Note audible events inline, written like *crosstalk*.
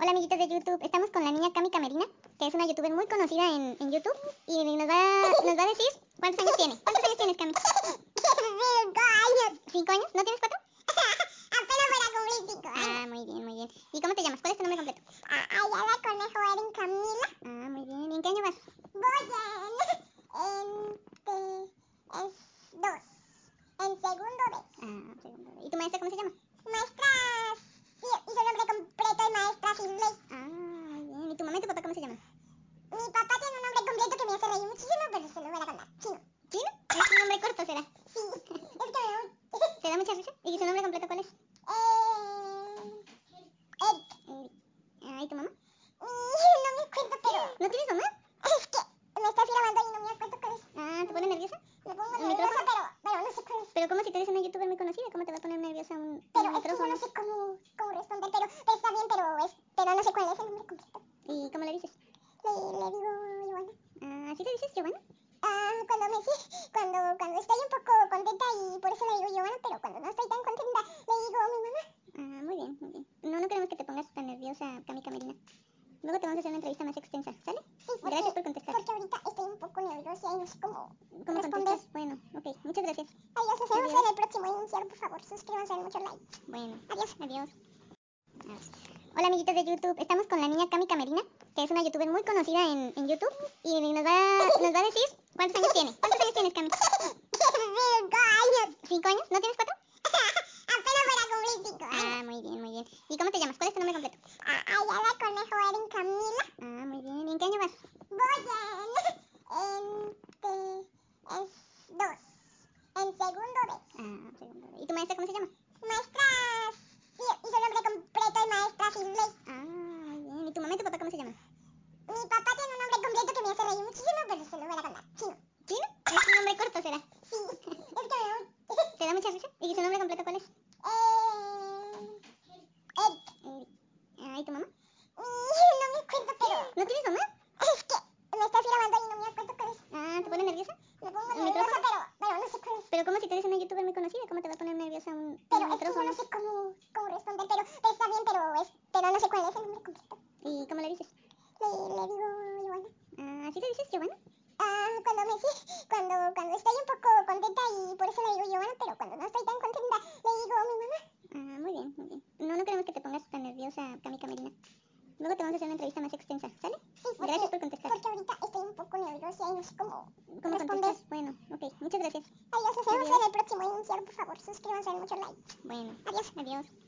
Hola amiguitos de YouTube, estamos con la niña Cami Camerina, que es una youtuber muy conocida en, en YouTube y nos va, nos va a decir cuántos años tiene. ¿Cuántos años tienes, Cami? Cinco años. ¿Cinco años? ¿No tienes cuatro? Apenas voy a cumplir cinco años. Ah, Ah, muy bien, muy bien. ¿Y cómo te llamas? ¿Cuál es tu nombre completo? A- Ayala Conejo Erin Camila. Ah, muy bien. ¿Y en qué año vas? Voy en. en. te- en dos. En segundo B. Ah, segundo. ¿Y tu maestra cómo se llama? Maestra. Sí, y su nombre completo es Maestra Sidney. Ah, muy bien. ¿Y tu mamá y tu papá cómo se llaman? Mi papá tiene un nombre completo que me hace reír muchísimo, pero se lo voy a contar. Chino. ¿Chino? Es un nombre corto, será. Sí. *laughs* Es que me da un. ¿Te da mucha risa? ¿Y su nombre completo cuál es? Eh, Eric. Eric. Ah, ¿y tu mamá? Y no me acuerdo, pero. ¿No tienes mamá? Es que me estás grabando y no me acuerdo cuál es. Ah, ¿te pone nerviosa? Me pongo ¿El nerviosa, micrófono? pero, pero no sé cuál es. Pero como si tú eres una youtuber muy conocida, ¿cómo te va a poner nerviosa un, un Pero es que yo micrófono? no sé cómo, cómo responder, pero, pero está bien, pero, es, pero no sé cuál es el nombre completo. ¿Y cómo le dices? Le, le digo, Ivana. Ah, ¿Así le dices, Giovanna? Ah, cuando me *laughs* sí, cuando, cuando estoy un poco contenta y por eso le digo Giovanna, pero cuando no estoy tan contenta, le digo a mi mamá. Ah, muy bien, muy bien. No, no queremos que te pongas tan nerviosa, Cami Camerina. Luego te vamos a hacer una entrevista más extensa, ¿sale? Sí, porque, Gracias por contestar. Porque ahorita estoy un poco nerviosa y no sé cómo. ¿Cómo Respondes. contestas? Bueno, ok, muchas gracias. Adiós, nos vemos Adiós. en el próximo iniciar, por favor, suscríbanse, den muchos likes. Bueno, Adiós. adiós. Hola amiguitos de YouTube, estamos con la niña Cami Camerina, que es una youtuber muy conocida en, en YouTube y nos va, nos va a decir cuántos años tiene. ¿Cuántos años tienes, Cami? Cinco años. ¿Cinco años? ¿No tienes cuatro? *laughs* Apenas voy a cumplir cinco años. Ah, Ah, muy bien, muy bien. ¿Y cómo te llamas? ¿Cuál es tu nombre completo? A- Ayala Conejo Erin Camila. Ah, muy bien. ¿Y en qué año vas? Voy en, *laughs* en, te- es dos. En segundo B. Ah, segundo. ¿Y tu maestra cómo se llama? Maestra, sí, y su nombre completo es Maestra Sidney. Ah, muy bien. ¿Y tu mamá y tu papá cómo se llaman? Mi papá tiene un nombre completo que me hace reír muchísimo, pero se lo voy a contar. Chino. ¿Chino? Es un nombre corto, será. Sí, *laughs* es que me da un... ¿Te da mucha risa? ¿Y su nombre completo cuál es? Eh, Eric. Eric. Ah, ¿y tu mamá? Y *laughs* no me acuerdo, pero... ¿No tienes mamá? Es que me estás grabando y no me acuerdo cuál es. Ah, ¿te pone nerviosa? Me pongo ¿El nerviosa, micrófono? pero, pero no sé cuál es. Pero como si tú eres una youtuber muy conocida, ¿cómo te va a poner nerviosa un, un Pero es que yo micrófono? no sé cómo, cómo responder, pero, pero está bien, pero, es, pero no sé cuál es el nombre completo. ¿Y cómo le dices? Le, le digo Ivana. Ah, ¿Así le dices, Giovanna? Ah, cuando me *laughs* sí, cuando, cuando estoy un poco contenta y por eso le digo Giovanna, pero cuando no estoy tan contenta, le digo a mi mamá. Ah, muy bien, muy bien. No, no queremos que te pongas tan nerviosa, Cami Camerina. Luego te vamos a hacer una entrevista más extensa, ¿sale? Sí, porque, Gracias por contestar. porque ahorita estoy un poco nerviosa y no sé cómo. ¿Cómo Respondes. contestas? Bueno, ok, muchas gracias. Adiós, nos vemos Adiós. en el próximo iniciar, por favor, suscríbanse, den muchos likes. Bueno, Adiós. adiós.